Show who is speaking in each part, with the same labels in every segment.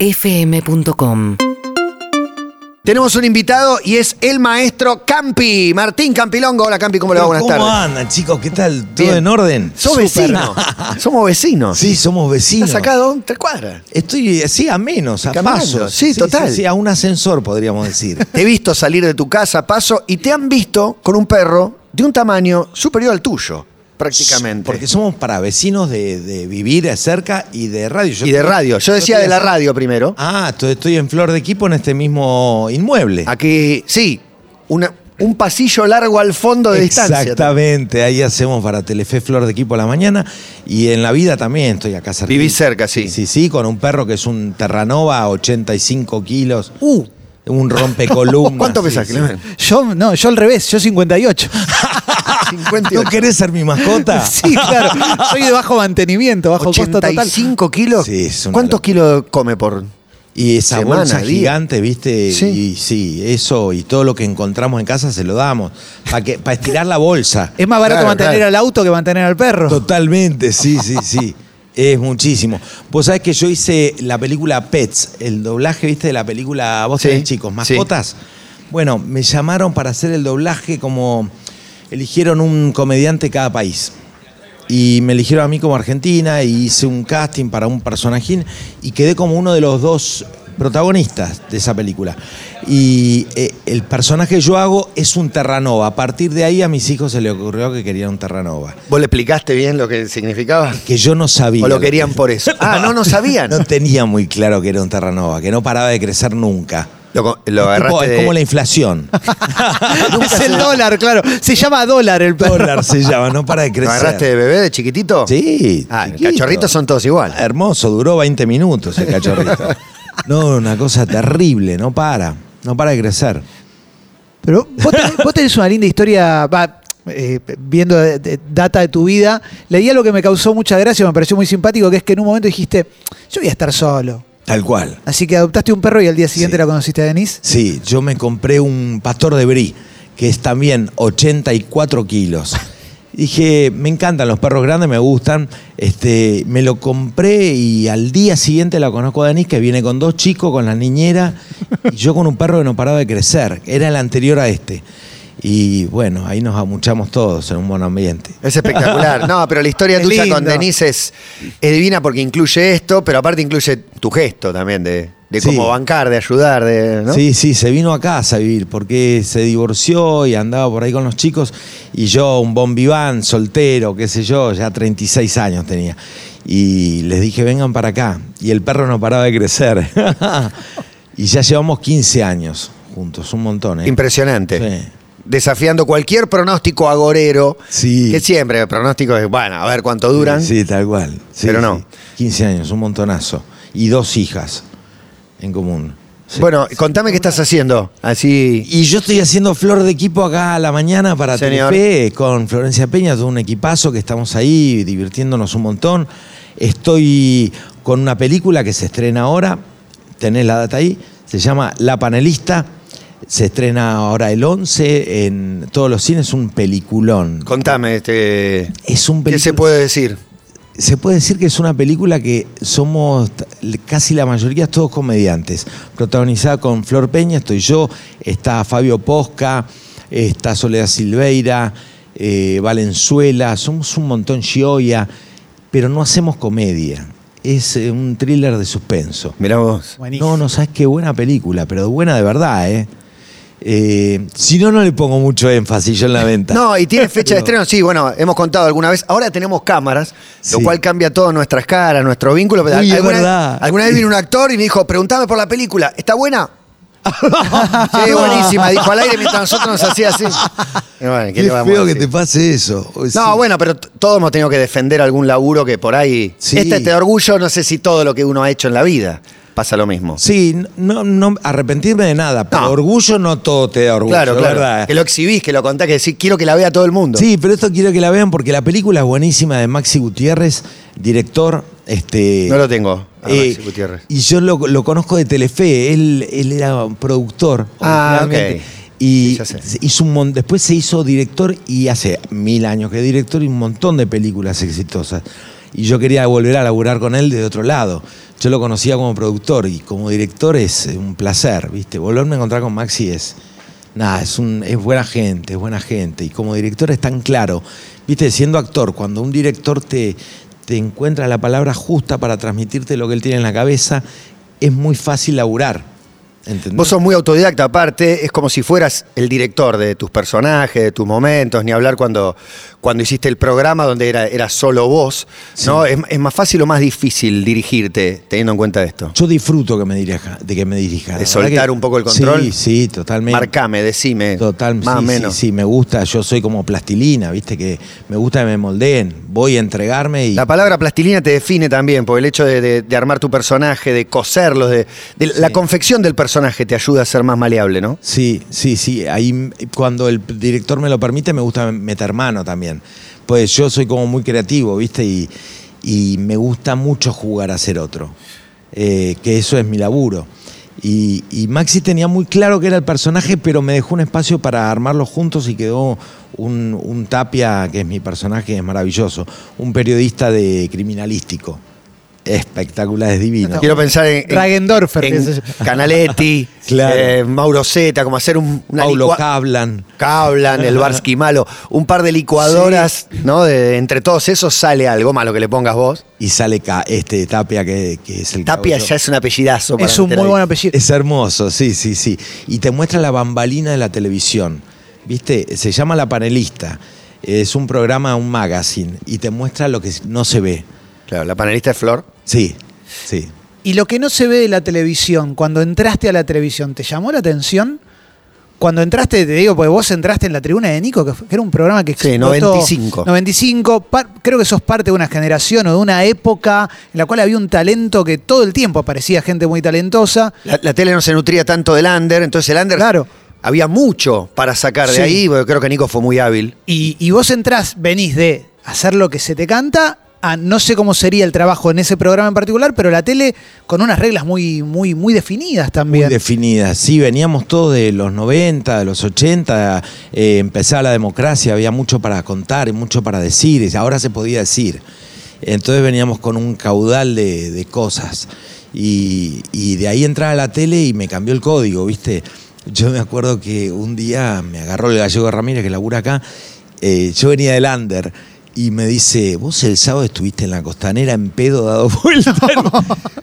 Speaker 1: urbanaplayfm.com
Speaker 2: Tenemos un invitado y es el maestro Campi, Martín Campilongo. Hola Campi, ¿cómo le va?
Speaker 3: Pero
Speaker 2: Buenas
Speaker 3: ¿Cómo
Speaker 2: tardes.
Speaker 3: andan, chicos? ¿Qué tal? ¿Todo
Speaker 2: Bien.
Speaker 3: en orden?
Speaker 2: Sos
Speaker 3: Súper.
Speaker 2: vecino. Somos vecinos.
Speaker 3: Sí, somos vecinos.
Speaker 2: Estás acá a dos, tres cuadras.
Speaker 3: Estoy, eh, sí, a menos, a
Speaker 2: Caminando.
Speaker 3: pasos.
Speaker 2: Sí, total.
Speaker 3: Sí, sí, a un ascensor, podríamos decir.
Speaker 2: Te he visto salir de tu casa, paso, y te han visto con un perro de un tamaño superior al tuyo, prácticamente.
Speaker 3: Porque somos para vecinos de, de vivir cerca y de radio. Yo
Speaker 2: y de
Speaker 3: estoy-
Speaker 2: radio. Yo decía
Speaker 3: estoy
Speaker 2: de la
Speaker 3: acá.
Speaker 2: radio primero.
Speaker 3: Ah, entonces estoy en flor de equipo en este mismo inmueble.
Speaker 2: Aquí, sí, una- un pasillo largo al fondo de distancia.
Speaker 3: Exactamente, ahí hacemos para Telefe Flor de Equipo a la mañana y en la vida también estoy acá cerca.
Speaker 2: Vivís cerca, sí.
Speaker 3: Sí, sí, con un perro que es un Terranova, 85 kilos.
Speaker 2: Uh.
Speaker 3: Un rompecolumnas.
Speaker 2: ¿Cuánto
Speaker 3: sí,
Speaker 2: pesás,
Speaker 3: sí.
Speaker 2: Clemen?
Speaker 4: Yo, no, yo al revés, yo 58.
Speaker 2: 58.
Speaker 3: ¿No querés ser mi mascota?
Speaker 4: Sí, claro. Soy de bajo mantenimiento, bajo costo total.
Speaker 2: 85 kilos.
Speaker 3: Sí, es una
Speaker 2: ¿Cuántos
Speaker 3: locura.
Speaker 2: kilos come por?
Speaker 3: Y esa
Speaker 2: Semana,
Speaker 3: bolsa
Speaker 2: día.
Speaker 3: gigante, ¿viste?
Speaker 2: Sí.
Speaker 3: Y sí, eso y todo lo que encontramos en casa se lo damos. Para que para estirar la bolsa.
Speaker 4: Es más barato
Speaker 2: Claro,
Speaker 4: mantener
Speaker 2: claro.
Speaker 4: al auto que mantener al perro.
Speaker 3: Totalmente, sí, sí, sí. Es muchísimo. Vos sabés que yo hice la película Pets, el doblaje, viste, de la película Vos
Speaker 2: Sí,
Speaker 3: tenés chicos, mascotas. Bueno, me llamaron para hacer el doblaje como eligieron un comediante cada país. Y me eligieron a mí como Argentina y hice un casting para un personajín y quedé como uno de los dos protagonistas de esa película. Y eh, el personaje que yo hago es un Terranova. A partir de ahí a mis hijos se le ocurrió que querían un Terranova
Speaker 2: ¿Vos le explicaste bien lo que significaba?
Speaker 3: que yo no sabía.
Speaker 2: ¿O lo querían por eso? Ah, no, no sabían.
Speaker 3: No tenía muy claro que era un Terranova, que no paraba de crecer nunca.
Speaker 2: Lo, co- lo
Speaker 3: Es tipo-
Speaker 2: agarraste
Speaker 3: es
Speaker 2: de-
Speaker 3: como la inflación.
Speaker 4: es el dólar, claro. Se llama dólar el perro.
Speaker 3: Dólar se llama, no para de
Speaker 2: ¿Lo
Speaker 3: crecer.
Speaker 2: agarraste de bebé de chiquitito?
Speaker 3: Sí. Ah,
Speaker 2: Ah,
Speaker 3: chiquito.
Speaker 2: cachorritos son todos igual.
Speaker 3: Hermoso, duró 20 minutos el cachorrito. No, una cosa terrible, no para. No para de crecer.
Speaker 4: Pero vos tenés, vos tenés una linda historia, va, eh, viendo de- de- data de tu vida. Leí algo que me causó mucha gracia, me pareció muy simpático, que es que en un momento dijiste, yo voy a estar solo.
Speaker 3: Tal cual.
Speaker 4: Así que adoptaste un perro y al día siguiente
Speaker 3: Sí.
Speaker 4: la conociste a Denise.
Speaker 3: Sí, yo me compré un pastor de brie, que es también 84 kilos. Dije, me encantan los perros grandes, me gustan. Este, me lo compré y al día siguiente la conozco a Denise, que viene con dos chicos, con la niñera, y yo con un perro que no paraba de crecer. Era el anterior a este. Y bueno, ahí nos amuchamos todos en un buen ambiente.
Speaker 2: Es espectacular. No, pero la historia
Speaker 4: Es
Speaker 2: tuya con
Speaker 4: lindo.
Speaker 2: Denise es, es divina porque incluye esto, pero aparte incluye tu gesto también de, de
Speaker 3: Sí.
Speaker 2: cómo bancar, de ayudar, de, ¿no?
Speaker 3: Sí, sí, se vino a casa a vivir porque se divorció y andaba por ahí con los chicos y yo, un bombiván, soltero, qué sé yo, ya 36 años tenía. Y les dije, vengan para acá. Y el perro no paraba de crecer. y ya llevamos 15 años juntos, un montón. ¿eh?
Speaker 2: Impresionante.
Speaker 3: Sí.
Speaker 2: Desafiando cualquier pronóstico agorero.
Speaker 3: Sí.
Speaker 2: Que siempre, pronóstico es, bueno, a ver cuánto duran.
Speaker 3: Sí, tal cual. Sí,
Speaker 2: Pero no.
Speaker 3: sí. 15 años, un montonazo. Y dos hijas en común. Sí.
Speaker 2: Bueno, contame qué estás haciendo. Así.
Speaker 3: Y yo estoy haciendo flor de equipo acá a la mañana para
Speaker 2: Señor.
Speaker 3: Telefe con Florencia Peña, todo un equipazo que estamos ahí divirtiéndonos un montón. Estoy con una película que se estrena ahora, tenés la data ahí, se llama La Panelista. Se estrena ahora el 11 en todos los cines, un peliculón.
Speaker 2: Contame, este.
Speaker 3: Es un
Speaker 2: ¿Qué se
Speaker 3: peliculón
Speaker 2: puede decir?
Speaker 3: se puede decir que es una película que somos t- casi la mayoría todos comediantes. Protagonizada con Flor Peña, estoy yo, está Fabio Posca, está Soledad Silveira, eh, Valenzuela, somos un montón Gioia, pero no hacemos comedia. Es eh, un thriller de suspenso.
Speaker 2: Mirá vos.
Speaker 3: No, no, sabes qué buena película, pero buena de verdad, ¿eh? Eh, si no, no le pongo mucho énfasis yo en la venta.
Speaker 2: No, y tiene fecha de
Speaker 3: Pero-
Speaker 2: estreno, sí, bueno, hemos contado alguna vez. Ahora tenemos cámaras, lo
Speaker 3: Sí.
Speaker 2: cual cambia todas nuestras caras, nuestro vínculo. pero
Speaker 3: Uy, es
Speaker 2: alguna,
Speaker 3: verdad.
Speaker 2: alguna vez vino un actor y me dijo, preguntame por la película, ¿está buena? sí, buenísima, dijo al aire mientras nosotros nos hacía así. Y bueno, ¿qué
Speaker 3: Qué
Speaker 2: le vamos a
Speaker 3: feo que te
Speaker 2: decir?
Speaker 3: pase eso.
Speaker 2: No,
Speaker 3: Sí.
Speaker 2: bueno, pero t- todos hemos tenido que defender algún laburo que por ahí.
Speaker 3: Sí.
Speaker 2: Este te da orgullo, no sé si todo lo que uno ha hecho en la vida pasa lo mismo.
Speaker 3: Sí, no, no arrepentirme de nada, pero
Speaker 2: No.
Speaker 3: orgullo no todo te da orgullo,
Speaker 2: claro,
Speaker 3: la
Speaker 2: claro.
Speaker 3: verdad. ¿eh?
Speaker 2: Que lo exhibís, que lo contás, que decís, quiero que la vea todo el mundo.
Speaker 3: Sí, pero esto quiero que la vean porque la película es buenísima de Maxi Gutiérrez, director. Este,
Speaker 2: No lo tengo, a
Speaker 3: eh,
Speaker 2: Maxi Gutiérrez.
Speaker 3: Y yo lo, lo conozco de Telefe, él, él era un productor.
Speaker 2: Ah,
Speaker 3: originalmente,
Speaker 2: ok. Sí,
Speaker 3: Y
Speaker 2: ya sé.
Speaker 3: se hizo un mon- después se hizo director y hace mil años que es director y un montón de películas exitosas. Y yo quería volver a laburar con él de otro lado. Yo lo conocía como productor y como director es un placer, ¿viste? Volverme a encontrar con Maxi es. Nada, es, un, es buena gente, es buena gente. Y como director es tan claro. ¿Viste? Siendo actor, cuando un director te, te encuentra la palabra justa para transmitirte lo que él tiene en la cabeza, es muy fácil laburar. ¿Entendés?
Speaker 2: Vos sos muy autodidacta, aparte, es como si fueras el director de tus personajes, de tus momentos, ni hablar cuando, cuando hiciste el programa donde era, era solo vos. ¿no? ¿Es, es más fácil o más difícil dirigirte teniendo en cuenta esto?
Speaker 3: Yo disfruto que me dirija, de que me dirija.
Speaker 2: De
Speaker 3: La verdad
Speaker 2: soltar
Speaker 3: que-
Speaker 2: un poco el control.
Speaker 3: Sí, sí, totalmente.
Speaker 2: Marcame, decime.
Speaker 3: Total,
Speaker 2: más o
Speaker 3: sí,
Speaker 2: menos.
Speaker 3: sí, sí, me gusta, yo soy como plastilina, viste, que me gusta que me moldeen, voy a entregarme y...
Speaker 2: La palabra plastilina te define también, porque el hecho de, de- de armar tu personaje, de coserlo, de, de la confección del personaje te ayuda a ser más maleable, ¿no?
Speaker 3: Sí, sí, sí, ahí m- cuando el director me lo permite me gusta meter mano también, pues yo soy como muy creativo, viste, y, y me gusta mucho jugar a ser otro, Eh, que eso es mi laburo. Y, y Maxi tenía muy claro que era el personaje, pero me dejó un espacio para armarlo juntos y quedó un, un Tapia, que es mi personaje, es maravilloso, un periodista de criminalístico. Espectacular, es divino.
Speaker 2: Quiero pensar en, en-
Speaker 4: Ragendorfer,
Speaker 2: en
Speaker 4: qué sé yo.
Speaker 2: Canaletti,
Speaker 3: Claro.
Speaker 2: eh, Mauro Zeta, como hacer un, una
Speaker 3: Paulo
Speaker 2: licua-
Speaker 3: Cablan.
Speaker 2: Cablan, el Barsky malo, un par de licuadoras, ¿no? De- entre todos esos sale algo malo que le pongas vos.
Speaker 3: Y sale ca- este Tapia, que, que es el que
Speaker 2: Tapia
Speaker 3: hago yo.
Speaker 2: ya es un apellidazo. para
Speaker 4: Es un
Speaker 2: meter
Speaker 4: muy
Speaker 2: ahí.
Speaker 4: buen apellido.
Speaker 3: Es hermoso, sí, sí, sí. Y te muestra la bambalina de la televisión. ¿Viste? Se llama La Panelista. Es un programa, un magazine. Y te muestra lo que no se ve.
Speaker 2: Claro, la panelista es Flor.
Speaker 3: Sí, sí.
Speaker 4: Y lo que no se ve de la televisión, cuando entraste a la televisión, ¿te llamó la atención? Cuando entraste, te digo, porque vos entraste en la tribuna de Nico, que fue- que era un programa que
Speaker 2: Sí,
Speaker 4: explotó-
Speaker 2: 95.
Speaker 4: 95, par- creo que sos parte de una generación o de una época en la cual había un talento que todo el tiempo aparecía gente muy talentosa.
Speaker 2: La, la tele no se nutría tanto del under, entonces el under
Speaker 4: Claro.
Speaker 2: había mucho para sacar de
Speaker 4: Sí.
Speaker 2: ahí, porque creo que Nico fue muy hábil.
Speaker 4: Y, y vos entrás, venís de hacer lo que se te canta a no sé cómo sería el trabajo en ese programa en particular, pero la tele con unas reglas muy, muy, muy definidas
Speaker 3: Muy
Speaker 4: también.
Speaker 3: definida. Sí, veníamos todos de los 90, de los 80. eh, empezaba la democracia, había mucho para contar y mucho para decir. y Ahora se podía decir. Entonces veníamos con un caudal de, de cosas. Y, y de ahí entraba la tele y me cambió el código, ¿viste? Yo me acuerdo que un día me agarró el gallego Ramírez, que labura acá. eh, yo venía del under. Y me dice, vos el sábado estuviste en la costanera en pedo dado vuelta.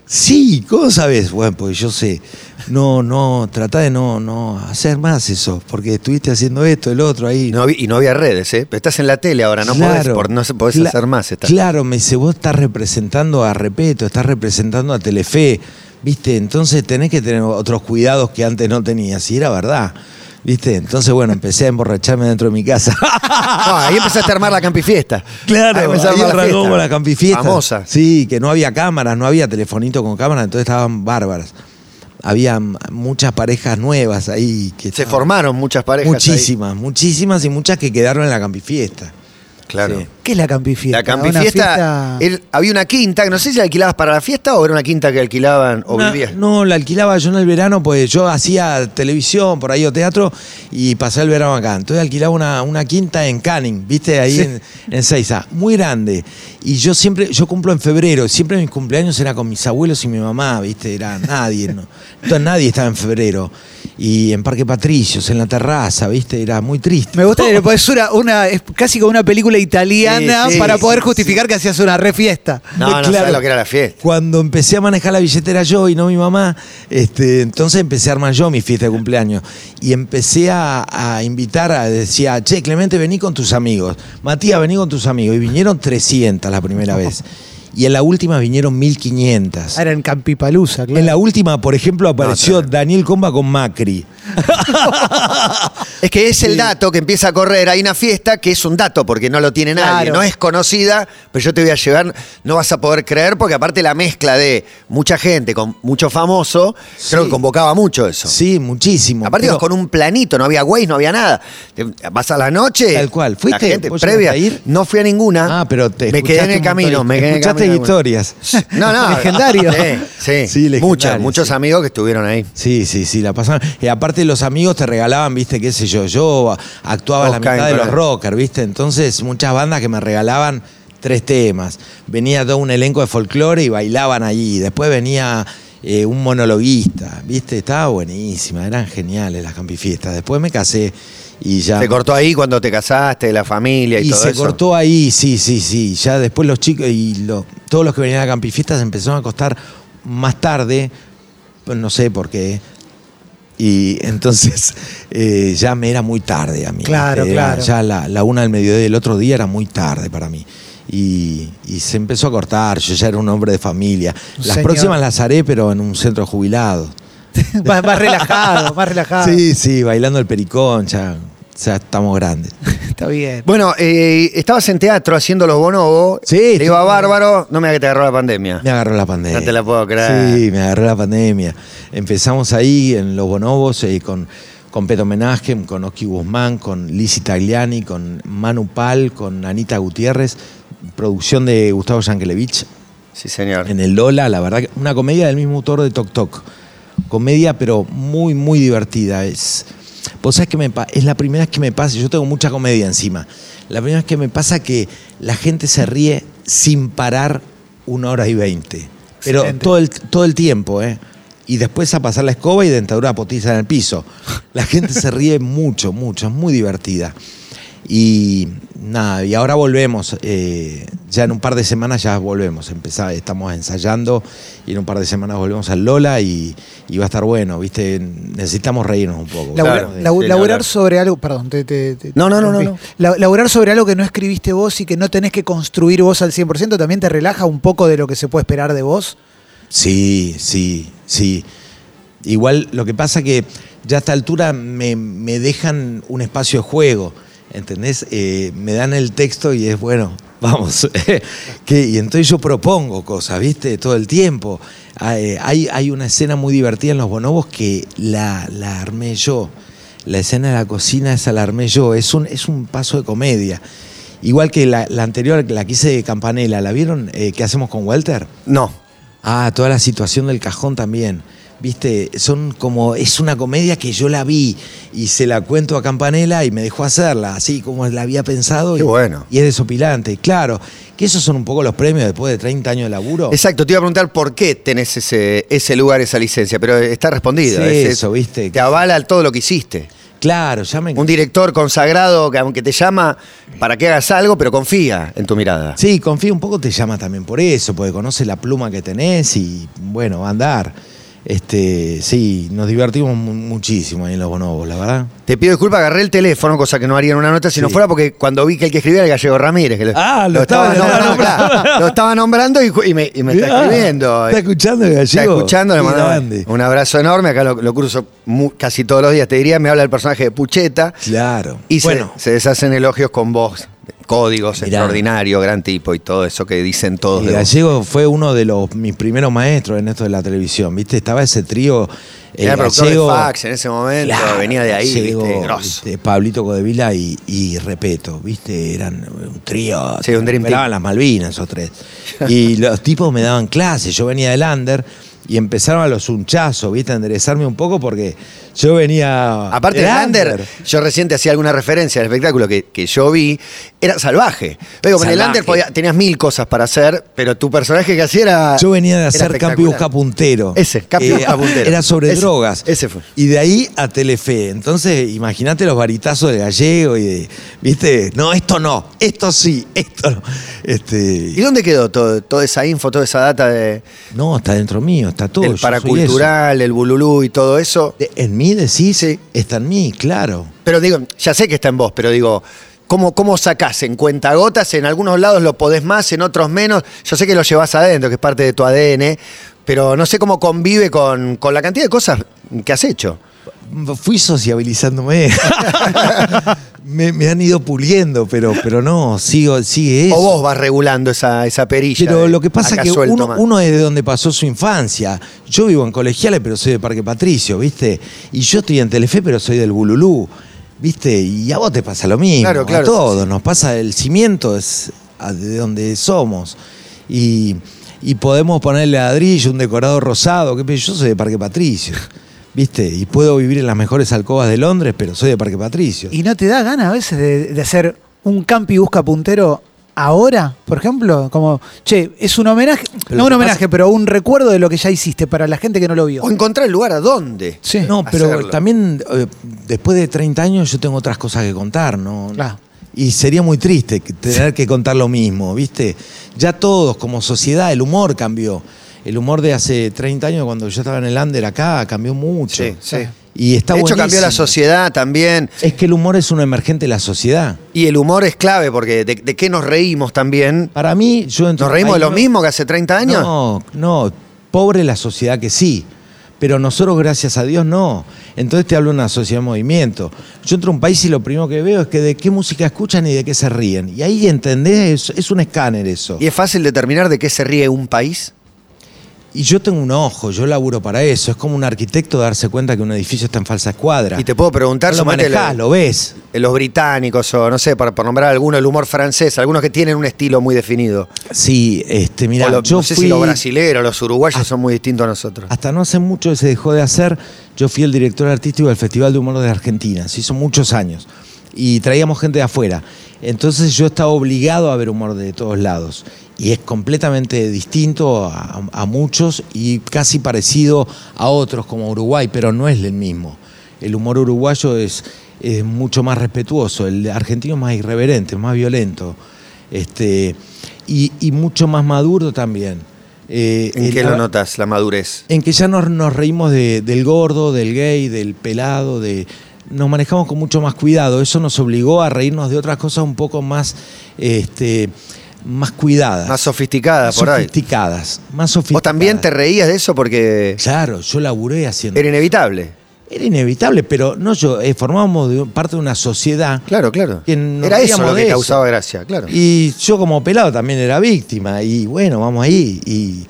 Speaker 3: sí, ¿cómo sabés? Bueno, pues yo sé. No, no, tratá de no, no hacer más eso, porque estuviste haciendo esto, el otro ahí.
Speaker 2: Y no, había, y no había redes, ¿eh? Pero estás en la tele ahora, no podés, por- no se- podés
Speaker 3: Cla-
Speaker 2: hacer más. estás-
Speaker 3: Claro, me dice, vos estás representando a Repeto, estás representando a Telefe, ¿viste? Entonces tenés que tener otros cuidados que antes no tenías, y era verdad, ¿viste? Entonces, bueno, empecé a emborracharme dentro de mi casa. Ah,
Speaker 2: No, ahí empezaste a armar la campifiesta.
Speaker 3: Claro,
Speaker 2: Ahí empezaste a
Speaker 3: ahí
Speaker 2: armar la
Speaker 3: arrancó
Speaker 2: fiesta.
Speaker 3: con la campifiesta.
Speaker 2: Famosa.
Speaker 3: Sí, que no había cámaras, no había telefonito con cámara, entonces estaban bárbaras. Había mm, muchas parejas nuevas ahí. Que
Speaker 2: Se
Speaker 3: estaban-
Speaker 2: formaron muchas parejas. ahí.
Speaker 3: Muchísimas, muchísimas y muchas que quedaron en la campifiesta.
Speaker 2: Claro.
Speaker 3: Sí.
Speaker 4: ¿Qué es la campifiesta?
Speaker 2: La
Speaker 4: Una
Speaker 2: campifiesta,
Speaker 4: fiesta-
Speaker 2: él- había una quinta, que no sé si la alquilabas para la fiesta o era una quinta que alquilaban o
Speaker 3: Una-
Speaker 2: vivías.
Speaker 3: no, la alquilaba yo en el verano, pues yo hacía televisión por ahí o teatro y pasé el verano acá. Entonces alquilaba una, una quinta en Canning, viste, ahí en, en Seiza, muy grande. Y yo siempre, yo cumplo en febrero, siempre mis cumpleaños era con mis abuelos y mi mamá, viste, era nadie, ¿no? Entonces nadie estaba en febrero. Y en Parque Patricios, en la terraza, viste, era muy triste. Oh,
Speaker 4: Me gusta que le pones una, una- es casi como una película italiana
Speaker 2: Sí, sí,
Speaker 4: para poder
Speaker 2: sí,
Speaker 4: justificar que hacías una re fiesta.
Speaker 2: No,
Speaker 3: Muy
Speaker 2: no,
Speaker 3: claro.
Speaker 2: sabés lo que era la fiesta.
Speaker 3: Cuando empecé a manejar la billetera yo y no mi mamá, este, entonces empecé a armar yo mi fiesta de cumpleaños. Y empecé a, a invitar, a, decía, che, Clemente, vení con tus amigos. Matías, vení con tus amigos. Y vinieron 300 la primera vez. Y en la última vinieron 1500.
Speaker 4: Ah, Era en Campipalusa, claro.
Speaker 3: En la última, por ejemplo, apareció
Speaker 2: tremendo.
Speaker 3: Daniel Comba con Macri.
Speaker 2: Es que es el dato que empieza a correr. Hay una fiesta que es un dato porque no lo tiene nadie.
Speaker 4: Claro.
Speaker 2: No es conocida, pero yo te voy a llevar. No vas a poder creer porque, aparte, la mezcla de mucha gente con mucho famoso, creo que convocaba mucho eso.
Speaker 3: Sí, muchísimo.
Speaker 2: Aparte,
Speaker 3: Pero-
Speaker 2: ibas con un planito, no había Waze, no había nada. Te- Vas a la noche.
Speaker 3: Tal cual. ¿Fuiste,
Speaker 2: La gente
Speaker 3: vos
Speaker 2: previa.
Speaker 3: llegaste a ir?
Speaker 2: No fui a ninguna.
Speaker 3: Ah, pero te
Speaker 2: Me quedé en
Speaker 3: escuchaste
Speaker 2: el
Speaker 3: un
Speaker 2: camino.
Speaker 3: montón de-
Speaker 2: Me quedé en el
Speaker 3: escuchaste
Speaker 2: camino.
Speaker 3: historias.
Speaker 2: No, no.
Speaker 4: Legendario.
Speaker 2: Sí,
Speaker 3: Sí,
Speaker 2: sí.
Speaker 3: legendario,
Speaker 2: Muchos, muchos
Speaker 3: sí.
Speaker 2: amigos que estuvieron ahí.
Speaker 3: Sí, sí, sí, la pasaban. Y aparte los amigos te regalaban, viste, qué sé yo, yo actuaba en la
Speaker 2: Oscar,
Speaker 3: mitad de los
Speaker 2: claro.
Speaker 3: rockers, viste, entonces muchas bandas que me regalaban tres temas. Venía todo un elenco de folclore y bailaban allí. Después venía eh, un monologuista, ¿viste? Estaba buenísima, eran geniales las campifiestas. Después me casé y ya.
Speaker 2: ¿Se cortó ahí cuando te casaste, la familia y,
Speaker 3: Ah. Y
Speaker 2: todo
Speaker 3: se
Speaker 2: eso?
Speaker 3: cortó ahí, sí, sí, sí. Ya después los chicos y lo- todos los que venían a Campifiestas empezaron a costar más tarde, pues no sé por qué. Y entonces eh, ya me era muy tarde a mí.
Speaker 4: Claro,
Speaker 3: Era
Speaker 4: claro.
Speaker 3: Ya la, la una del mediodía del otro día era muy tarde para mí. Y, y se empezó a cortar, yo ya era un hombre de familia.
Speaker 4: Un
Speaker 3: Las
Speaker 4: señor.
Speaker 3: próximas las haré, pero en un centro de jubilados.
Speaker 4: más, más relajado, más relajado.
Speaker 3: Sí, sí, bailando el pericón, ya, ya estamos grandes.
Speaker 4: Está bien.
Speaker 2: Bueno, eh, estabas en teatro haciendo los bonobos.
Speaker 3: Sí,
Speaker 2: Te iba bárbaro. No me hagas que te agarró la pandemia.
Speaker 3: Me agarró la pandemia.
Speaker 2: No te la puedo creer.
Speaker 3: Sí, me agarró la pandemia. Empezamos ahí en Los Bonobos eh, con, con Peto Menagem, con Oski Guzmán, con Lizzie Tagliani, con Manu Pal, con Anita Gutiérrez, producción de Gustavo Yankelevich
Speaker 2: Sí, señor.
Speaker 3: en el Lola, la verdad, que una comedia del mismo autor de Tok Tok. Comedia, pero muy, muy divertida. Es, vos sabés que me pa- es la primera vez que me pasa, yo tengo mucha comedia encima, la primera vez que me pasa que la gente se ríe sin parar una hora y veinte. Pero
Speaker 4: Excelente.
Speaker 3: todo el, todo el tiempo, ¿eh? Y después a pasar la escoba y dentadura potiza en el piso. La gente se ríe mucho, mucho, es muy divertida. Y nada, y ahora volvemos. eh, ya en un par de semanas ya volvemos. Empezá, estamos ensayando y en un par de semanas volvemos al Lola y, y va a estar bueno, ¿viste? Necesitamos reírnos un poco.
Speaker 4: Laburar,
Speaker 2: Claro,
Speaker 4: labu-
Speaker 2: sí,
Speaker 4: laburar
Speaker 2: hablar.
Speaker 4: sobre algo, perdón, te, te- te-
Speaker 2: No, no, no, no,
Speaker 4: te interrumpí. La- laburar sobre algo que no escribiste vos y que no tenés que construir vos al 100%, también te relaja un poco de lo que se puede esperar de vos.
Speaker 3: Sí, sí, sí. Igual lo que pasa que ya a esta altura me, me dejan un espacio de juego, ¿entendés? Eh, me dan el texto y es bueno, vamos. que, y entonces yo propongo cosas, ¿viste? Todo el tiempo. Ah, eh, Hay, hay una escena muy divertida en Los Bonobos que la, la armé yo. La escena de la cocina esa la armé yo. Es un, es un paso de comedia. Igual que la, la anterior, la que hice de Campanela, ¿la vieron? Eh, ¿Qué hacemos con Walter?
Speaker 2: No.
Speaker 3: Ah, toda la situación del cajón también. Viste, son como. Es una comedia que yo la vi y se la cuento a Campanella y me dejó hacerla, así como la había pensado.
Speaker 2: Qué
Speaker 3: y,
Speaker 2: bueno.
Speaker 3: Y es desopilante, claro. Que esos son un poco los premios después de 30 años de laburo.
Speaker 2: Exacto, te iba a preguntar por qué tenés ese, ese lugar, esa licencia, pero está respondido.
Speaker 3: Sí,
Speaker 2: Es-
Speaker 3: eso, viste.
Speaker 2: Te avala todo lo que hiciste.
Speaker 3: Claro, ya me.
Speaker 2: Un director consagrado que aunque te llama para que hagas algo, pero confía en tu mirada.
Speaker 3: Sí, confío un poco, te llama también por eso, porque conoce la pluma que tenés y bueno, va a andar. Este, sí, nos divertimos mu- muchísimo ahí en los bonobos, la verdad.
Speaker 2: Te pido disculpas, agarré el teléfono, cosa que no haría en una nota si no
Speaker 3: Sí.
Speaker 2: fuera porque cuando vi que el que escribía era Gallego Ramírez. que
Speaker 3: Ah, lo estaba nombrando.
Speaker 2: claro, lo estaba nombrando y, y me, y me está
Speaker 3: Ah,
Speaker 2: escribiendo. eh.
Speaker 3: Está escuchando, Gallego.
Speaker 2: Está escuchando, le
Speaker 3: Qué
Speaker 2: mando
Speaker 3: grande.
Speaker 2: un abrazo enorme. Acá lo, lo cruzo mu- casi todos los días, te diría. Me habla el personaje de Pucheta
Speaker 3: Claro.
Speaker 2: y se-
Speaker 3: bueno,
Speaker 2: se, deshacen elogios con vos. Códigos,
Speaker 3: Mirá.
Speaker 2: extraordinario, gran tipo y todo eso que dicen todos.
Speaker 3: Y
Speaker 2: de vos.
Speaker 3: Gallego fue uno de los mis primeros maestros en esto de la televisión, ¿viste? Estaba ese trío. eh,
Speaker 2: Era productor
Speaker 3: Gallego-
Speaker 2: de fax en ese momento,
Speaker 3: Claro,
Speaker 2: venía de ahí,
Speaker 3: Gallego,
Speaker 2: viste, grosso.
Speaker 3: viste, Pablito Codevila y, y Repeto, ¿viste? Eran un trío.
Speaker 2: Sí, un dream team.
Speaker 3: Operaban las Malvinas, esos tres. Y los tipos me daban clases. Yo venía del Lander y empezaron a los hunchazos, ¿viste? A enderezarme un poco porque yo venía.
Speaker 2: Aparte de
Speaker 3: del
Speaker 2: Lander, yo recién te hacía alguna referencia al espectáculo que, que yo vi, era salvaje. Digo, con el
Speaker 3: Salvaje.
Speaker 2: Lander podía- tenías mil cosas para hacer, pero tu personaje que hacía era.
Speaker 3: Yo venía de
Speaker 2: Ah, era
Speaker 3: hacer Capi
Speaker 2: espectacular.
Speaker 3: Busca Puntero. Eh,
Speaker 2: Ese, Capi Busca Puntero.
Speaker 3: Era sobre
Speaker 2: Ese,
Speaker 3: drogas.
Speaker 2: ese fue.
Speaker 3: Y de ahí a Telefe. Entonces, imagínate los varitazos de gallego y de. ¿Viste? No, esto no. Esto sí. Esto no.
Speaker 2: ¿Y
Speaker 3: Este,
Speaker 2: dónde quedó todo- toda esa info, toda esa data de,
Speaker 3: no, está dentro mío, está todo.
Speaker 2: del
Speaker 3: yo soy
Speaker 2: paracultural, el bululú y todo eso?
Speaker 3: eso. De- En mí decís,
Speaker 2: Sí.
Speaker 3: está en mí, claro.
Speaker 2: Pero digo, ya sé que está en vos, pero digo. ¿Cómo, ¿Cómo sacás en cuentagotas? En algunos lados lo podés más, en otros menos. Yo sé que lo llevas adentro, que es parte de tu ADN, pero no sé cómo convive con, con la cantidad de cosas que has hecho.
Speaker 3: Fui sociabilizándome. me, me han ido puliendo, pero, pero no, sigo, sigue eso.
Speaker 2: O vos vas regulando esa, esa perilla.
Speaker 3: Pero
Speaker 2: de
Speaker 3: lo que pasa es
Speaker 2: acá
Speaker 3: que
Speaker 2: suelto
Speaker 3: uno,
Speaker 2: más.
Speaker 3: uno es de donde pasó su infancia. Yo vivo en Colegiales, pero soy de Parque Patricio, ¿viste? Y yo estoy en Telefe, pero soy del Bululú, ¿viste? Y a vos te pasa lo mismo.
Speaker 2: Claro, claro,
Speaker 3: A todos, nos pasa el cimiento, es a- de donde somos. Y, y podemos ponerle ladrillo, un decorado rosado, qué sé yo, yo soy de Parque Patricio. ¿Viste? Y puedo vivir en las mejores alcobas de Londres, pero soy de Parque Patricio.
Speaker 4: ¿Y no te da ganas a veces de, de hacer un campi busca puntero ahora, por ejemplo? Como, che, es un homenaje,
Speaker 3: Pero
Speaker 4: no
Speaker 3: lo
Speaker 4: un
Speaker 3: que
Speaker 4: homenaje, pero un recuerdo de lo que ya hiciste para la gente que no lo vio.
Speaker 2: O encontrar el lugar a dónde.
Speaker 4: Sí.
Speaker 3: No, pero
Speaker 2: hacerlo.
Speaker 3: también eh, después de 30 años yo tengo otras cosas que contar, ¿no?
Speaker 4: Claro.
Speaker 3: Y sería muy triste que- tener que contar lo mismo, ¿viste? Ya todos, como sociedad, el humor cambió. El humor de hace 30 años, cuando yo estaba en el under acá, cambió mucho.
Speaker 2: Sí, sí.
Speaker 3: Y está
Speaker 2: de hecho, cambió la
Speaker 3: buenísimo.
Speaker 2: sociedad también.
Speaker 3: Es que el humor es un emergente de la sociedad.
Speaker 2: Y el humor es clave, porque de, de qué nos reímos también.
Speaker 3: Para mí, yo...
Speaker 2: ¿Nos reímos de lo
Speaker 3: mismo?
Speaker 2: mismo que hace 30 años?
Speaker 3: No, no, pobre la sociedad que sí. Pero nosotros, gracias a Dios, no. Entonces te hablo de una sociedad en movimiento. Yo entro a un país y lo primero que veo es que de qué música escuchan y de qué se ríen. Y ahí entendés, es, es un escáner eso.
Speaker 2: ¿Y es fácil determinar de qué se ríe un país?
Speaker 3: Y yo tengo un ojo, yo laburo para eso. Es como un arquitecto darse cuenta que un edificio está en falsa escuadra.
Speaker 2: Y te puedo preguntar,
Speaker 3: No lo
Speaker 2: sumate
Speaker 3: manejás,
Speaker 2: lo-
Speaker 3: lo ves.
Speaker 2: los británicos o no sé, por, por nombrar alguno, el humor francés, algunos que tienen un estilo muy definido.
Speaker 3: Sí, este, mira,
Speaker 2: O lo-
Speaker 3: yo
Speaker 2: no sé
Speaker 3: fui- Ah.
Speaker 2: si los brasileros, los uruguayos son muy distintos a nosotros.
Speaker 3: Hasta no hace mucho que se dejó de hacer. Yo fui el director artístico del Festival de Humor de Argentina. Se hizo muchos años. Y traíamos gente de afuera. Entonces yo estaba obligado a ver humor de todos lados. Y es completamente distinto a, a muchos y casi parecido a otros como Uruguay, pero no es el mismo. El humor uruguayo es, es mucho más respetuoso. El argentino es más irreverente, más violento. Este, y, y mucho más maduro también. Eh,
Speaker 2: ¿En
Speaker 3: el-
Speaker 2: qué lo notas, la madurez?
Speaker 3: en que ya nos, nos reímos de- del gordo, del gay, del pelado, de nos manejamos con mucho más cuidado. Eso nos obligó a reírnos de otras cosas un poco más, este, más cuidadas,
Speaker 2: Más sofisticada,
Speaker 3: más
Speaker 2: por ahí.
Speaker 3: sofisticadas, más
Speaker 2: Vos
Speaker 3: sofisticadas.
Speaker 2: también te reías de eso porque
Speaker 3: Claro, yo laburé haciendo.
Speaker 2: era inevitable.
Speaker 3: Era inevitable, pero no yo, eh, formábamos de- parte de una sociedad
Speaker 2: Claro, claro.
Speaker 3: Que nos
Speaker 2: Era eso
Speaker 3: reíamos
Speaker 2: lo
Speaker 3: de
Speaker 2: que
Speaker 3: eso.
Speaker 2: causaba gracia, claro.
Speaker 3: Y yo como pelado también era víctima. Y bueno, vamos ahí. Y,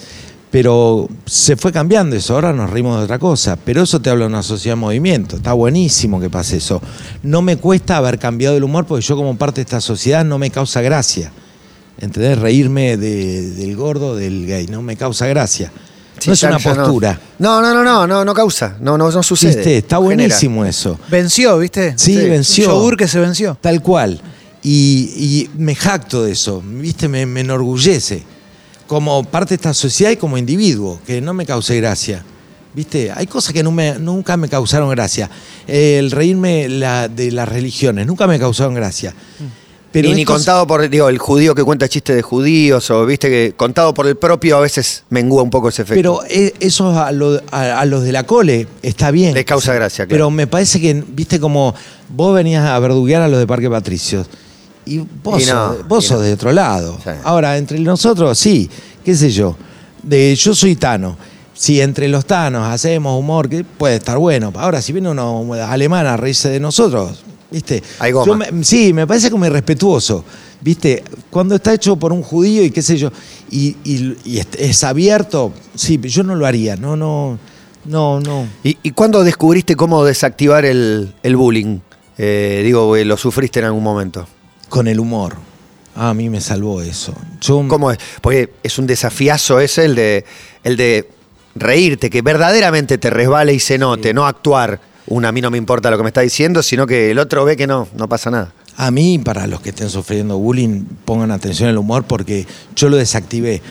Speaker 3: pero se fue cambiando eso. Ahora nos rimos de otra cosa. Pero eso te habla de una sociedad en movimiento. Está buenísimo que pase eso. No me cuesta haber cambiado el humor porque yo como parte de esta sociedad no me causa gracia. ¿Entendés? Reírme de- del gordo, del gay. No me causa gracia.
Speaker 2: Sí,
Speaker 3: no es
Speaker 2: ya-
Speaker 3: una
Speaker 2: ya no.
Speaker 3: postura.
Speaker 2: No, no, no, no, no, no causa. No, no, no sucede.
Speaker 3: ¿Viste? Está
Speaker 2: no genera.
Speaker 3: buenísimo eso.
Speaker 4: Venció, ¿viste?
Speaker 3: Sí,
Speaker 4: Un
Speaker 3: venció.
Speaker 4: Yogur que se venció.
Speaker 3: Tal cual. Y, y me jacto de eso, ¿viste? Me, me enorgullece. Como parte de esta sociedad y como individuo, que no me cause gracia. ¿Viste? Hay cosas que no me- nunca me causaron gracia. Eh, el reírme la- de las religiones, nunca me causaron gracia. Pero
Speaker 2: y Mm. ni
Speaker 3: estos-
Speaker 2: contado por digo, el judío que cuenta chistes de judíos, o viste que contado por el propio a veces mengúa un poco ese efecto.
Speaker 3: Pero eh, eso a, lo- a- a los de la cole está bien.
Speaker 2: Les causa gracia, claro.
Speaker 3: Pero me parece que, viste, como vos venías a verduguear a los de Parque Patricios. Y vos,
Speaker 2: Y no,
Speaker 3: sos, vos
Speaker 2: y
Speaker 3: sos
Speaker 2: no.
Speaker 3: de otro lado.
Speaker 2: Sí.
Speaker 3: Ahora, entre nosotros, sí, qué sé yo. De, yo soy Tano. Si entre los Tanos hacemos humor, que puede estar bueno. Ahora, si viene uno alemán a reírse de nosotros, ¿viste?
Speaker 2: Hay goma.
Speaker 3: Yo me- sí, me parece como irrespetuoso. ¿Viste? Cuando está hecho por un judío y qué sé yo, y, y- y es, es abierto, sí, yo no lo haría. No, no, no, no.
Speaker 2: ¿Y, y cuándo descubriste cómo desactivar el, el bullying? Eh, digo, eh, lo sufriste en algún momento.
Speaker 3: Con el humor. A mí me salvó eso. Yo,
Speaker 2: ¿Cómo es? Porque es un desafiazo ese el de, el de reírte, que verdaderamente te resbale y se note, no actuar un a mí no me importa lo que me está diciendo, sino que el otro ve que no, no pasa nada.
Speaker 3: A mí, para los que estén sufriendo bullying, pongan atención al humor porque yo lo desactivé.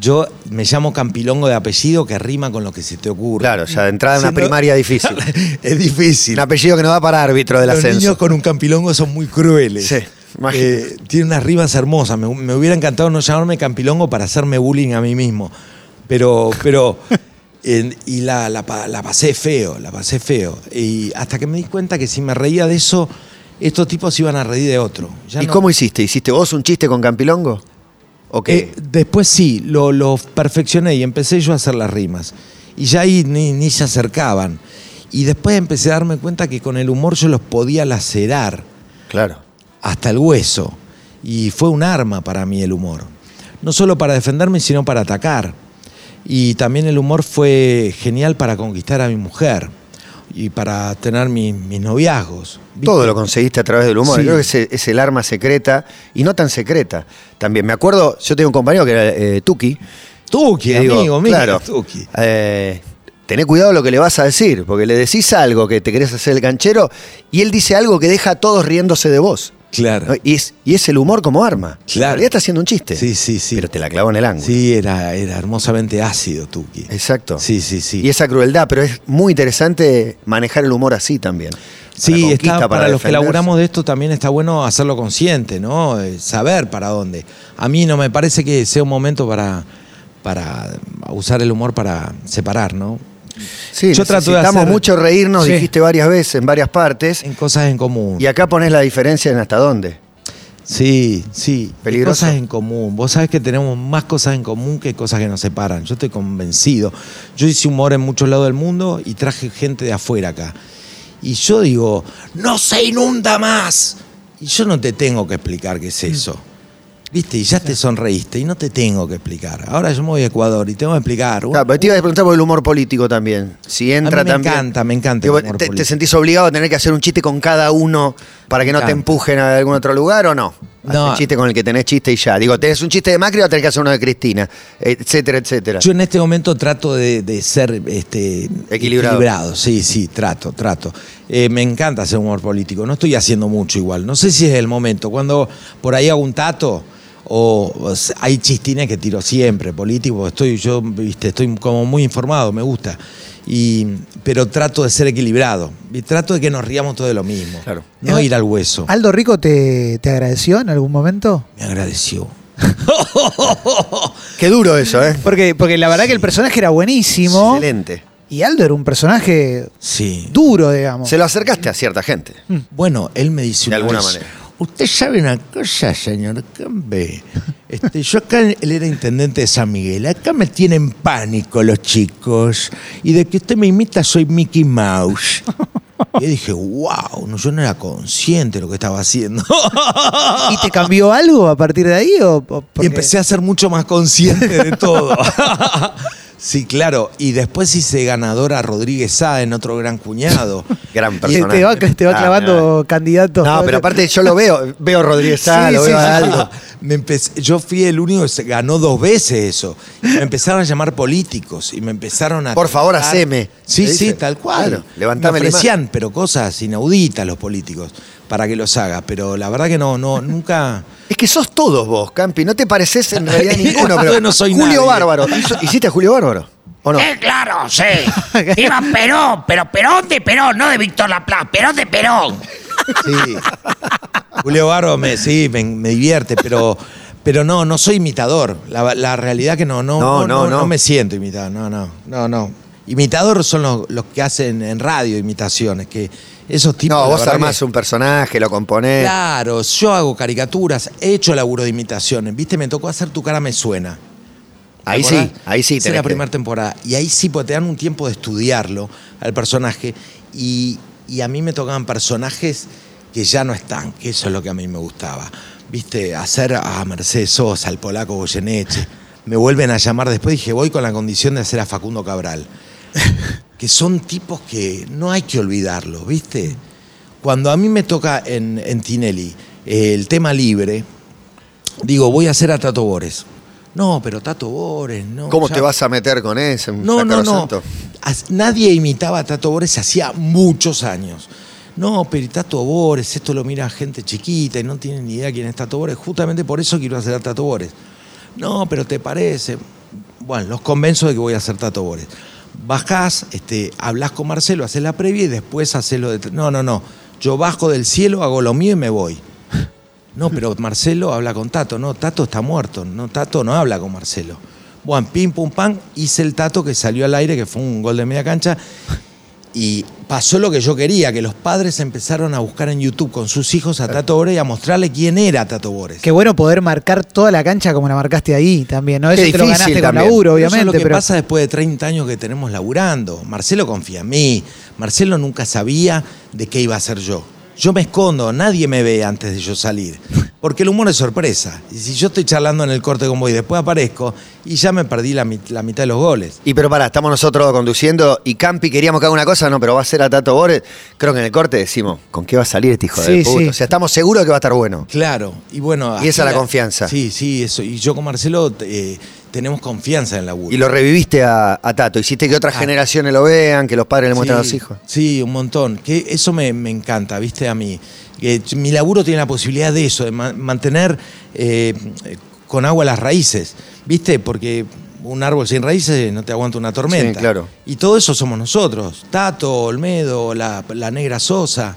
Speaker 3: Yo me llamo Campilongo de apellido que rima con lo que se te ocurre.
Speaker 2: Claro, ya de entrada en una
Speaker 3: Si no-
Speaker 2: primaria difícil.
Speaker 3: es difícil.
Speaker 2: Un apellido que no da para árbitro del
Speaker 3: Los
Speaker 2: ascenso.
Speaker 3: niños con un campilongo son muy crueles.
Speaker 2: Sí, imagino.
Speaker 3: Eh, tiene unas rimas hermosas. Me, me hubiera encantado no llamarme campilongo para hacerme bullying a mí mismo. Pero, pero. en- y la, la pa- la pasé feo, la pasé feo. Y hasta que me di cuenta que si me reía de eso, estos tipos se iban a reír de otro. Ya
Speaker 2: ¿Y
Speaker 3: no-
Speaker 2: cómo hiciste? ¿Hiciste vos un chiste con Campilongo? ¿O qué?
Speaker 3: eh, después sí, lo, lo perfeccioné y empecé yo a hacer las rimas. Y ya ahí ni, ni se acercaban. Y después empecé a darme cuenta que con el humor yo los podía lacerar
Speaker 2: claro.
Speaker 3: hasta el hueso. Y fue un arma para mí el humor. No solo para defenderme, sino para atacar. Y también el humor fue genial para conquistar a mi mujer y para tener mi- mis noviazgos. ¿viste?
Speaker 2: Todo lo conseguiste a través del humor.
Speaker 3: Sí.
Speaker 2: Creo que ese- es el arma secreta y no tan secreta. También me acuerdo, yo tengo un compañero que era eh, Tuki.
Speaker 3: Tuki,
Speaker 2: que digo,
Speaker 3: amigo mío.
Speaker 2: claro,
Speaker 3: Tuki.
Speaker 2: eh, tené cuidado lo que le vas a decir, porque le decís algo que te querés hacer el canchero y él dice algo que deja a todos riéndose de vos.
Speaker 3: Claro.
Speaker 2: ¿no? Y, es, y es el humor como arma.
Speaker 3: Claro.
Speaker 2: En realidad está haciendo un chiste.
Speaker 3: Sí, sí, sí.
Speaker 2: Pero te la clavó en el ángulo.
Speaker 3: Sí, era, era hermosamente ácido, Tuki.
Speaker 2: Exacto.
Speaker 3: Sí, sí, sí.
Speaker 2: Y esa crueldad, pero es muy interesante manejar el humor así también. Para
Speaker 3: Sí,
Speaker 2: conquista,
Speaker 3: está, para, los que
Speaker 2: defenderse.
Speaker 3: laburamos de esto también está bueno hacerlo consciente, ¿no? Eh, Saber para dónde. A mí no me parece que sea un momento para, para usar el humor para separar, ¿no?
Speaker 2: Sí,
Speaker 3: Yo trato de
Speaker 2: necesitamos
Speaker 3: hacer-
Speaker 2: mucho reírnos,
Speaker 4: Sí.
Speaker 2: dijiste varias veces, en varias partes.
Speaker 3: En cosas en común.
Speaker 2: Y acá pones la diferencia en hasta dónde.
Speaker 3: Sí, sí. y
Speaker 2: Peligroso.
Speaker 3: Cosas en común. Vos sabés que tenemos más cosas en común que cosas que nos separan. Yo estoy convencido. Yo hice humor en muchos lados del mundo y traje gente de afuera acá. Y yo digo, no se inunda más. Y yo no te tengo que explicar qué es
Speaker 2: Mm.
Speaker 3: eso. ¿Viste? Y ya te sonreíste y no te tengo que explicar. Ahora yo me voy a Ecuador y tengo que explicar.
Speaker 2: Claro, pero Ah, pues te iba a preguntar por el humor político también. Si entra
Speaker 3: me
Speaker 2: también.
Speaker 3: encanta, me encanta el
Speaker 2: Digo,
Speaker 3: humor
Speaker 2: te, te
Speaker 3: político.
Speaker 2: sentís obligado a tener que hacer un chiste con cada uno para que no te
Speaker 3: encanta.
Speaker 2: empujen a algún otro lugar o no?
Speaker 3: No.
Speaker 2: Haces chiste con el que tenés chiste y ya. Digo, tenés un chiste de Macri o tenés que hacer uno de Cristina, etcétera, etcétera.
Speaker 3: Yo en este momento trato de, de ser este,
Speaker 2: Equilibrado.
Speaker 3: Sí, sí, trato, trato. Eh, me encanta hacer humor político. No estoy haciendo mucho igual. No sé si es el momento. Cuando por ahí hago un tato o, o s- hay chistines que tiro siempre político. Estoy yo, viste, estoy como muy informado. Me gusta. Y, pero trato de ser equilibrado. Y trato de que nos riamos todos de lo mismo.
Speaker 2: Claro.
Speaker 3: No ir al hueso.
Speaker 4: ¿Aldo Rico te, te agradeció en algún momento?
Speaker 3: Me agradeció.
Speaker 2: Qué duro eso, ¿eh?
Speaker 4: Porque, porque la verdad que el personaje era buenísimo.
Speaker 2: Excelente.
Speaker 4: Y Aldo era un personaje
Speaker 3: Sí.
Speaker 4: duro, digamos.
Speaker 2: Se lo acercaste a cierta gente.
Speaker 3: Mm. Bueno, él me dice
Speaker 2: De
Speaker 3: una
Speaker 2: alguna
Speaker 3: vez,
Speaker 2: manera.
Speaker 3: Usted sabe una cosa, señor Cambe. Este, yo acá, él era intendente de San Miguel. Acá me tienen pánico los chicos. Y de que usted me imita, soy Mickey Mouse. Y yo dije, wow, no, yo no era consciente de lo que estaba haciendo.
Speaker 4: ¿Y te cambió algo a partir de ahí? O, o- porque-
Speaker 3: Y empecé a ser mucho más consciente de todo. sí, claro. Y después hice ganadora a Rodríguez Sá en otro gran cuñado.
Speaker 2: Gran
Speaker 4: y
Speaker 2: persona.
Speaker 4: te va, te
Speaker 3: Ah,
Speaker 4: va clavando candidatos.
Speaker 2: No, pero aparte yo lo veo, veo a Rodríguez Sá,
Speaker 3: Sí,
Speaker 2: lo
Speaker 3: sí,
Speaker 2: veo a
Speaker 3: sí.
Speaker 2: Aldo.
Speaker 3: Me empecé- yo fui el único que se ganó dos veces eso. Me empezaron a llamar políticos y me empezaron a.
Speaker 2: Por favor,
Speaker 3: tratar-
Speaker 2: haceme.
Speaker 3: Sí,
Speaker 2: Le
Speaker 3: sí,
Speaker 2: dicen.
Speaker 3: tal cual.
Speaker 2: Claro, levantame
Speaker 3: me
Speaker 2: la
Speaker 3: ofrecían, pero cosas inauditas los políticos para que los haga. Pero la verdad que no, no, nunca.
Speaker 2: Es que sos todos vos, Campi. No te pareces en realidad ninguno, pero
Speaker 3: Yo no soy
Speaker 2: Julio
Speaker 3: nadie.
Speaker 2: Bárbaro. ¿Hizo- ¿Hiciste a Julio Bárbaro? ¿O no?
Speaker 1: Eh, claro, sí. Iba Perón, pero Perón de Perón, no de Víctor Laplace, Perón de Perón.
Speaker 3: Sí. Julio Barro me, sí, me, me divierte, pero. Pero no, no soy imitador. La, la realidad que no no
Speaker 2: No, no,
Speaker 3: no, no, no
Speaker 2: no.
Speaker 3: me siento imitador. No, no, no, no. Imitador son los, los que hacen en radio imitaciones, que esos tipos.
Speaker 2: No,
Speaker 3: la
Speaker 2: vos
Speaker 3: verdad
Speaker 2: armás
Speaker 3: que-
Speaker 2: un personaje, lo componés.
Speaker 3: Claro, yo hago caricaturas, he hecho laburo de imitaciones. Viste, me tocó hacer tu cara me suena. ¿Te
Speaker 2: Ahí
Speaker 3: acordás?
Speaker 2: sí, ahí sí.
Speaker 3: Esa es
Speaker 2: tenés
Speaker 3: la
Speaker 2: que-
Speaker 3: primera temporada. Y ahí sí, porque te dan un tiempo de estudiarlo al personaje. Y, y a mí me tocaban personajes que ya no están, que eso es lo que a mí me gustaba. Viste, hacer a Mercedes Sosa, al polaco Goyeneche. Me vuelven a llamar después, dije, voy con la condición de hacer a Facundo Cabral. que son tipos que no hay que olvidarlos, ¿viste? Cuando a mí me toca en, en Tinelli eh, el tema libre, digo, voy a hacer a Tato Bores. No, pero Tato Bores, no.
Speaker 2: ¿Cómo
Speaker 3: ya-
Speaker 2: te vas a meter con ese? un
Speaker 3: no, no, no.
Speaker 2: sacrosanto?
Speaker 3: As- Nadie imitaba a Tato Bores hacía muchos años. No, pero Tato Bores, esto lo mira gente chiquita y no tiene ni idea quién es Tato Bores. Justamente por eso quiero hacer a Tato Bores. No, pero te parece. Bueno, los convenzo de que voy a hacer Tato Bores. Bajás, este, hablas con Marcelo, haces la previa y después haces lo de. No, no, no. Yo bajo del cielo, hago lo mío y me voy. No, pero Marcelo habla con Tato. No, Tato está muerto. No, Tato no habla con Marcelo. Bueno, pim, pum, pam, hice el Tato que salió al aire, que fue un gol de media cancha. Y pasó lo que yo quería, que los padres empezaron a buscar en YouTube con sus hijos a Tato Bores y a mostrarle quién era Tato Bores.
Speaker 4: Qué bueno poder marcar toda la cancha como la marcaste ahí también, ¿no?
Speaker 2: Qué
Speaker 4: Eso te lo
Speaker 2: difícil
Speaker 4: ganaste
Speaker 2: también.
Speaker 4: con laburo,
Speaker 3: Pero eso
Speaker 4: obviamente.
Speaker 3: es lo que
Speaker 4: pero
Speaker 3: pasa después de 30 años que tenemos laburando. Marcelo confía en mí. Marcelo nunca sabía de qué iba a ser yo. Yo me escondo, nadie me ve antes de yo salir. Porque el humor es sorpresa. Y si yo estoy charlando en el corte con vos y después aparezco, y ya me perdí la, mit- la mitad de los goles.
Speaker 2: Y pero pará, estamos nosotros conduciendo y Campi queríamos que haga una cosa, no, pero va a ser a Tato Bores. Creo que en el corte decimos, ¿con qué va a salir este hijo de
Speaker 4: Sí,
Speaker 2: puta?
Speaker 4: sí.
Speaker 2: O sea, estamos seguros que va a estar bueno.
Speaker 3: Claro, y bueno.
Speaker 2: Y esa
Speaker 3: así
Speaker 2: la confianza.
Speaker 3: Sí, sí, eso. Y yo con Marcelo eh, tenemos confianza en el laburo.
Speaker 2: Y lo reviviste a, a Tato, hiciste que otras
Speaker 3: Ah.
Speaker 2: generaciones lo vean, que los padres le muestren a los
Speaker 3: Sí,
Speaker 2: hijos.
Speaker 3: Sí, un montón. Que eso me, me encanta, viste, a mí. Que ch- mi laburo tiene la posibilidad de eso, de ma- mantener eh, eh, con agua las raíces, viste, porque un árbol sin raíces no te aguanta una tormenta.
Speaker 2: Sí, claro.
Speaker 3: Y todo eso somos nosotros. Tato, Olmedo, la, la negra Sosa,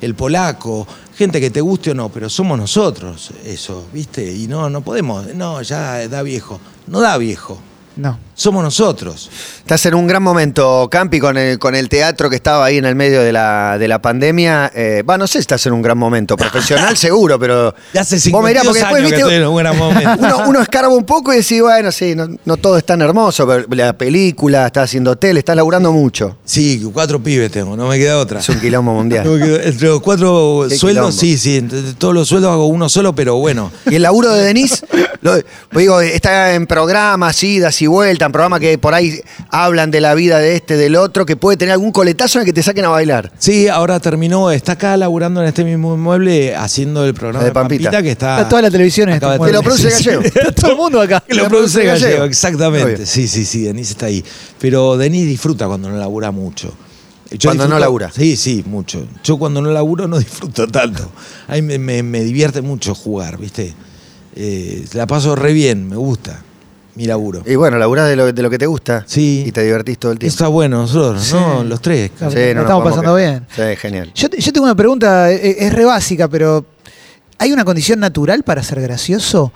Speaker 3: el polaco, gente que te guste o no, pero somos nosotros eso, viste. Y no, no podemos, no, ya da viejo. No da viejo.
Speaker 4: No.
Speaker 3: Somos nosotros.
Speaker 2: Estás en un gran momento, Campi, con el, con el teatro que estaba ahí en el medio de la, de la pandemia. Eh, Va, no sé si estás en un gran momento. Profesional, seguro, pero.
Speaker 3: Ya hace
Speaker 2: Vos mirá,
Speaker 3: 52
Speaker 2: porque después,
Speaker 3: años que
Speaker 2: viste,
Speaker 3: estoy en un gran momento.
Speaker 2: Uno, uno escarba un poco y decís, bueno, sí, no, no todo es tan hermoso, pero la película, estás haciendo tele, estás laburando mucho.
Speaker 3: Sí, cuatro pibes tengo, no me queda otra.
Speaker 2: Es un quilombo
Speaker 3: No
Speaker 2: mundial.
Speaker 3: me queda- entre los cuatro
Speaker 2: Qué
Speaker 3: sueldos,
Speaker 2: quilombo.
Speaker 3: sí, sí, entre todos los sueldos hago uno solo, pero bueno.
Speaker 2: Y el laburo de Denise, lo- digo, está en programas, idas y vueltas, en programas que por ahí hablan de la vida de este, del otro, que puede tener algún coletazo en el que te saquen a bailar.
Speaker 3: Sí, ahora terminó, está acá laburando en este mismo inmueble haciendo el
Speaker 2: La
Speaker 3: programa
Speaker 2: de
Speaker 3: de Pampita,
Speaker 2: Pampita
Speaker 3: que está.
Speaker 4: Está toda la televisión en
Speaker 3: Ah, acaba
Speaker 4: este
Speaker 3: de
Speaker 2: Te lo
Speaker 3: terminar.
Speaker 2: produce
Speaker 3: Sí, sí.
Speaker 2: Gallego.
Speaker 4: Está todo el mundo acá.
Speaker 3: Que lo produce Gallego, exactamente.
Speaker 2: Obvio.
Speaker 3: Sí, sí, sí, Denise está ahí. Pero Denise disfruta cuando no labura mucho. Yo
Speaker 2: Cuando no labura.
Speaker 3: Sí, sí, mucho. Yo cuando no laburo no disfruto tanto. A mí me, me- me divierte mucho jugar, ¿viste? Eh, la paso re bien, me gusta mi laburo.
Speaker 2: Y bueno, laburás de lo, de lo que te gusta.
Speaker 3: Sí.
Speaker 2: Y te divertís todo el tiempo.
Speaker 3: Está bueno, nosotros, ¿no? Los tres.
Speaker 4: Sí,
Speaker 2: Sí,
Speaker 4: la
Speaker 2: no nos
Speaker 4: estamos
Speaker 2: podemos
Speaker 4: pasando
Speaker 2: quejar.
Speaker 4: bien.
Speaker 2: Sí, genial.
Speaker 4: Yo, te- yo tengo una pregunta, eh, eh, es re básica, pero ¿hay una condición natural para ser gracioso?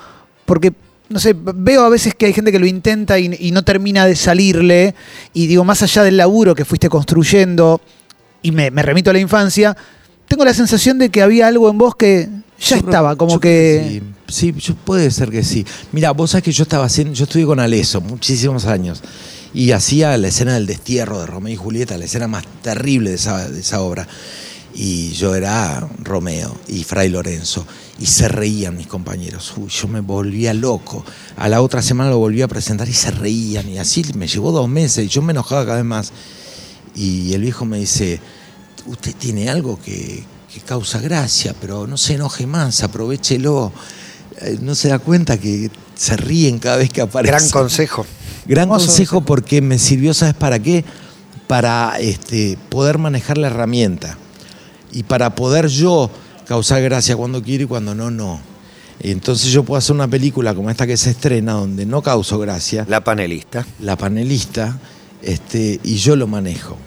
Speaker 4: Porque, no sé, v- veo a veces que hay gente que lo intenta y, y no termina de salirle, y digo, más allá del laburo que fuiste construyendo, y me, me remito a la infancia, tengo la sensación de que había algo en vos que
Speaker 3: Yo
Speaker 4: ya
Speaker 3: creo-
Speaker 4: estaba, como
Speaker 3: yo creo
Speaker 4: que...
Speaker 3: sí, Sí, yo- puede ser que sí. Mira, vos sabés que yo estaba haciendo, yo estuve con Aleso muchísimos años y hacía la escena del destierro de Romeo y Julieta, la escena más terrible de esa, de esa obra. Y yo era Romeo y Fray Lorenzo. Y se reían mis compañeros. Uy, yo me volvía loco. A la otra semana lo volví a presentar y se reían. Y así me llevó dos meses y yo me enojaba cada vez más. Y el viejo me dice, usted tiene algo que, que causa gracia, pero no se enoje más, aprovechelo. Eh, No se da cuenta que se ríen cada vez que aparece.
Speaker 2: Gran consejo.
Speaker 3: Gran
Speaker 4: Hermoso
Speaker 3: consejo porque me sirvió, ¿sabes para qué? Para este, poder manejar la herramienta y para poder yo causar gracia cuando quiero y cuando no, no. Entonces yo puedo hacer una película como esta que se estrena donde no causo gracia,
Speaker 2: La panelista.
Speaker 3: la panelista, este, y yo lo manejo.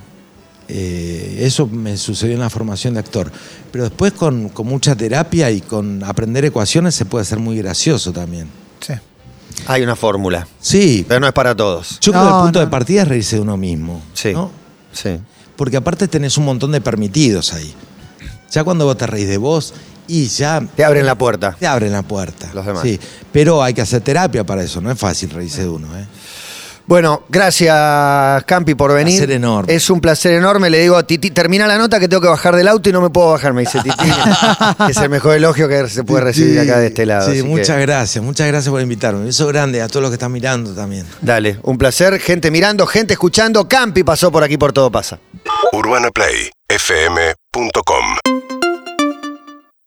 Speaker 3: Eh, eso me sucedió en la formación de actor. Pero después con, con mucha terapia y con aprender ecuaciones se puede hacer muy gracioso también.
Speaker 4: Sí.
Speaker 2: Hay una fórmula,
Speaker 3: Sí,
Speaker 2: pero no es para todos.
Speaker 3: yo creo que
Speaker 4: No,
Speaker 3: el punto
Speaker 4: no.
Speaker 3: de partida es reírse de uno mismo.
Speaker 2: Sí.
Speaker 3: ¿no?
Speaker 2: Sí.
Speaker 3: Porque aparte tenés un montón de permitidos ahí. Ya cuando vos te reís de vos y ya
Speaker 2: Te abren la puerta.
Speaker 3: te abren la puerta.
Speaker 2: Los demás.
Speaker 3: Sí, pero hay que hacer terapia para eso, no es fácil reírse de uno. ¿eh?
Speaker 2: Bueno, gracias Campi por venir.
Speaker 3: Placer enorme.
Speaker 2: Es un placer enorme. Le digo a Titi, termina la nota que tengo que bajar del auto y no me puedo bajar, me dice Titi. es el mejor elogio que se puede recibir acá de este lado.
Speaker 3: Sí,
Speaker 2: así que-
Speaker 3: muchas gracias, muchas gracias por invitarme. Un beso grande a todos los que están mirando también.
Speaker 2: Dale, un placer. Gente mirando, gente escuchando. Campi pasó por aquí por Todo Pasa.
Speaker 5: UrbanaPlayFM.com